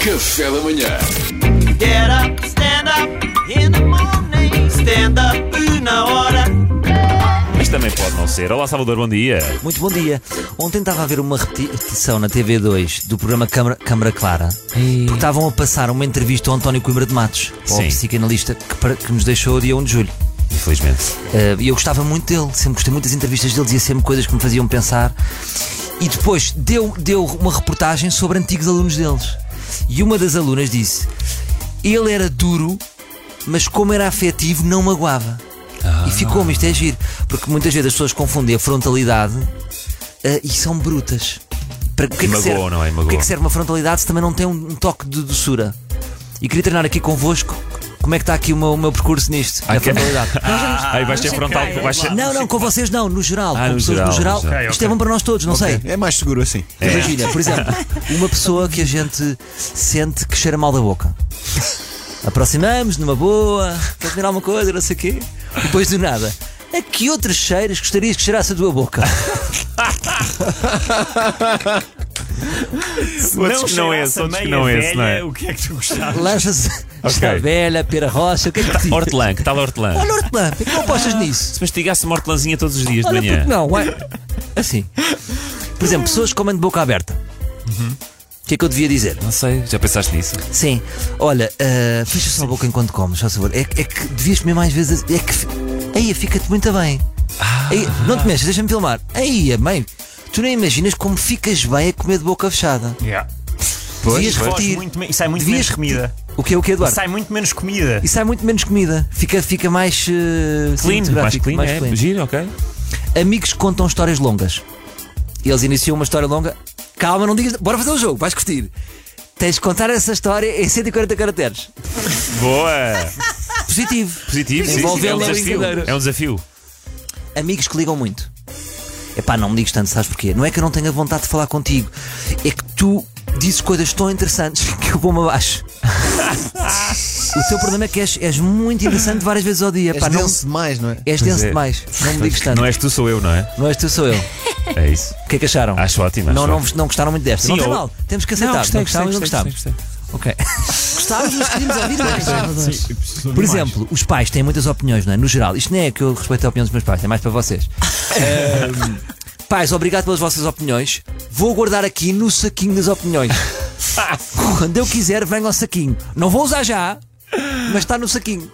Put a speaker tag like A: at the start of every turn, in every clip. A: Café da manhã.
B: Get up, stand up in the morning. Stand up na hora.
C: Isto também pode não ser. Olá, Salvador, bom dia.
D: Muito bom dia. Ontem estava a ver uma repetição na TV2 do programa Câmara, Câmara Clara. Porque estavam a passar uma entrevista ao António Coimbra de Matos, ao
C: Sim.
D: psicanalista que, para- que nos deixou dia 1 de julho.
C: Infelizmente.
D: Eh, E eu gostava muito dele, sempre gostei muito das entrevistas dele, dizia sempre coisas que me faziam pensar. E depois deu, deu uma reportagem sobre antigos alunos deles. E uma das alunas disse: Ele era duro, mas como era afetivo, não magoava. e
C: Ah.
D: ficou-me, isto é giro. Porque muitas vezes as pessoas confundem a frontalidade eh, e são brutas. Para, o que
C: E
D: que serve-
C: magoam, não é?
D: O que é
C: Magoam.
D: que serve uma frontalidade se também não tem um, um toque de doçura? E queria treinar aqui convosco como é que está aqui o meu, o meu percurso nisto, na
C: que-
D: frontalidade.
C: Ah, Aí vais ter frontal. Vais ter...
D: Não, não, com vocês não, no geral.
C: Ah,
D: com
C: no
D: pessoas
C: geral,
D: no geral.
C: no geral.
D: Isto é bom para nós todos, não sei.
E: É mais seguro assim.
D: Imagina, por exemplo, uma pessoa que a gente sente que cheira mal da boca. Aproximamos numa boa, quer comer alguma coisa, não sei o quê. Depois do nada. A que outros cheiros gostarias que cheirasse a tua boca?
C: Outros que não é esse, outros que não é esse, não é?
D: Lanchas, está velha, pera rocha, o que é que te
C: Hortelã, que tal hortelã?
D: Olha, hortelã, por que não apostas nisso?
C: Se mastigasse uma hortelãzinha todos os dias de
D: Olha, porque
C: manhã.
D: não? Ué? Assim. Por exemplo, pessoas que comem de boca aberta.
C: Uhum.
D: O que é que eu devia dizer?
C: Não sei, já pensaste nisso?
D: Sim, olha, ah, fecha só a boca enquanto comes, só favor. É, que- é que devias comer mais vezes. É que. fi- Aí, fica-te muito bem.
F: Ah.
D: Aí, não te mexas, deixa-me filmar. Aí, mãe, tu nem imaginas como ficas bem a comer de boca fechada. Devias
F: Pois,
D: repetir.
F: muito me- e sai muito
D: Devias
F: menos comida.
D: O que é o que, Eduardo?
F: Sai muito menos comida.
D: E sai muito menos comida. Fica, fica mais. eh,
C: Clean, mais
D: cinematográfico,
C: clean, é? Giro, ok.
D: Amigos que contam histórias longas. Eles iniciam uma história longa. Calma, não digas. Bora fazer o jogo, vais curtir. Tens de contar essa história em 140 caracteres.
C: Boa!
D: Positivo.
C: Positivo, sim.
D: Envolveu
C: É um
D: na
C: desafio.
D: brincadeira.
C: É um desafio.
D: Amigos que ligam muito. Epá, não me ligues tanto, sabes porquê? Não é que eu não tenha vontade de falar contigo. É que tu dizes coisas tão interessantes que eu vou-me abaixo. o teu problema é que és, és muito interessante várias vezes ao dia.
E: És
D: Pá, não-
E: denso demais, não é?
D: és
C: Pois
D: denso
C: é.
D: demais. Não me ligues tanto.
C: Não és tu, sou eu, não é?
D: Não és tu, sou eu.
C: É isso.
D: O que é que acharam?
C: Acho ótimo.
D: não,
C: acho
D: não,
C: ótimo.
D: não gostaram muito desta.
C: Sim,
D: não tem
C: eu-
D: mal. Temos que aceitar.
C: gostei,
D: não gostávamos, não
C: gostei,
D: gostávamos.
C: gostei, gostei.
D: Ok. Gostávamos, mas queríamos ouvir mais. Por exemplo, os pais têm muitas opiniões, não é? No geral, isto não é que eu respeito a opinião dos meus pais, é mais para vocês. Ahm, pais, obrigado pelas vossas opiniões. Vou guardar aqui no saquinho das opiniões. Quando eu quiser, venho ao saquinho. Não vou usar já, mas está no saquinho.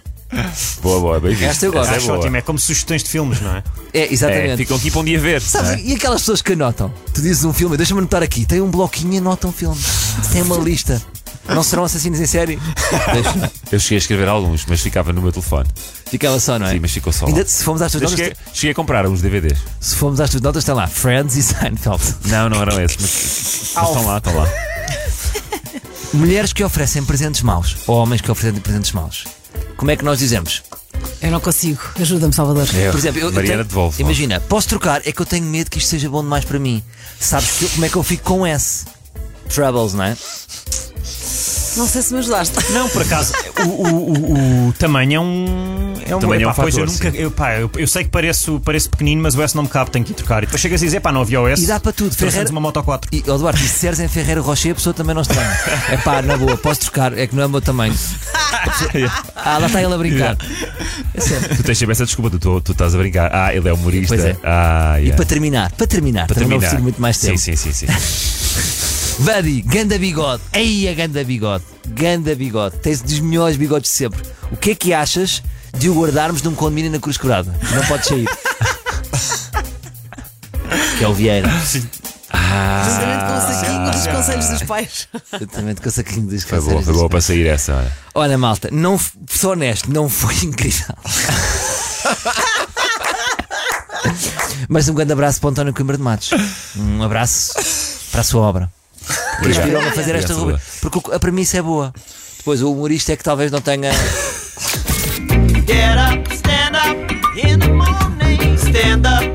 C: Boa, boa, bem visto.
D: Esta eu gosto.
C: Essa
F: Acho
C: é boa.
F: ótimo, é como sugestões de filmes, não é?
D: É, exatamente.
C: É, ficam aqui para um dia ver.
D: Sabes,
C: não é?
D: e aquelas pessoas que anotam? Tu dizes um filme, deixa-me anotar aqui. Tem um bloquinho e anotam filmes. Tem uma lista. Não serão assassinos em série? Deixa.
C: Eu cheguei a escrever alguns, mas ficava no meu telefone.
D: Ficava só, não é?
C: Sim, mas ficou só. lá.
D: Ainda se fomos às tuas
C: Eu
F: Então
D: notas,
C: cheguei, é- cheguei a comprar uns DVDs.
D: se fomos às tuas notas, tem lá Friends e Seinfeld.
C: Não, não eram esses, mas, mas estão lá, estão lá.
D: Mulheres que oferecem presentes maus ou homens que oferecem presentes maus. Como é que nós dizemos?
G: Eu não consigo. Ajuda-me, Salvador.
D: Por exemplo, eu, eu
C: É, Mariana
D: tenho-
C: devolve.
D: Imagina, posso trocar, é que eu tenho medo que isto seja bom demais para mim. Sabes que- como é que eu fico com S? Troubles, não é?
G: Não sei se me ajudaste.
F: Não, por acaso, o, o- o- o tamanho é um. É um,
C: Tamanho é um
F: epá, pois
C: fator,
F: eu nunca. Eu, pá, eu, eu sei que pareço, pareço pequenino, mas o S não me cabe, tenho que ir trocar. E depois chegas e dizes, pá, não havia o S.
D: E dá para tudo, Ferreira-
F: Ferreira. uma moto 4.
D: E, ó, Eduardo, e se disseres em Ferreira Rocher, a pessoa também não estranha. É pá, na boa, posso trocar, é que não é o meu tamanho. A pessoa- Ah, lá está ele a brincar. É sério.
C: Tu tens sempre essa desculpa, do tu, tu estás a brincar. Ah, ele é humorista.
D: Pois é.
C: Ah,
D: E
C: yeah.
D: para terminar, para terminar, para terminar. não preciso muito mais tempo.
C: Sim, sim, sim. sim.
D: Buddy, ganda bigode. Ei, a ganda bigode. Ganda bigode. Tens dos melhores bigodes de sempre. O que é que achas de o guardarmos num condomínio na Cruz Quebrada? Não pode sair. que é o Vieira.
G: Juntamente com o saquinho dos conselhos dos pais.
D: Exatamente, com o saquinho dos
C: Foi boa,
D: canceres
C: foi
D: dos
C: boa para sair essa. olha.
D: Olha, malta, não, f- sou honesto, não foi incrível. Mas um grande abraço para o António Coimbra de Matos. Um abraço para a sua obra. Que
C: Obrigado.
D: inspirou-me a fazer esta
C: Obrigado,
D: rubrica. Porque o- a premissa é boa. Depois, o humorista é que talvez não tenha.
B: Get up, stand up in the morning. Stand up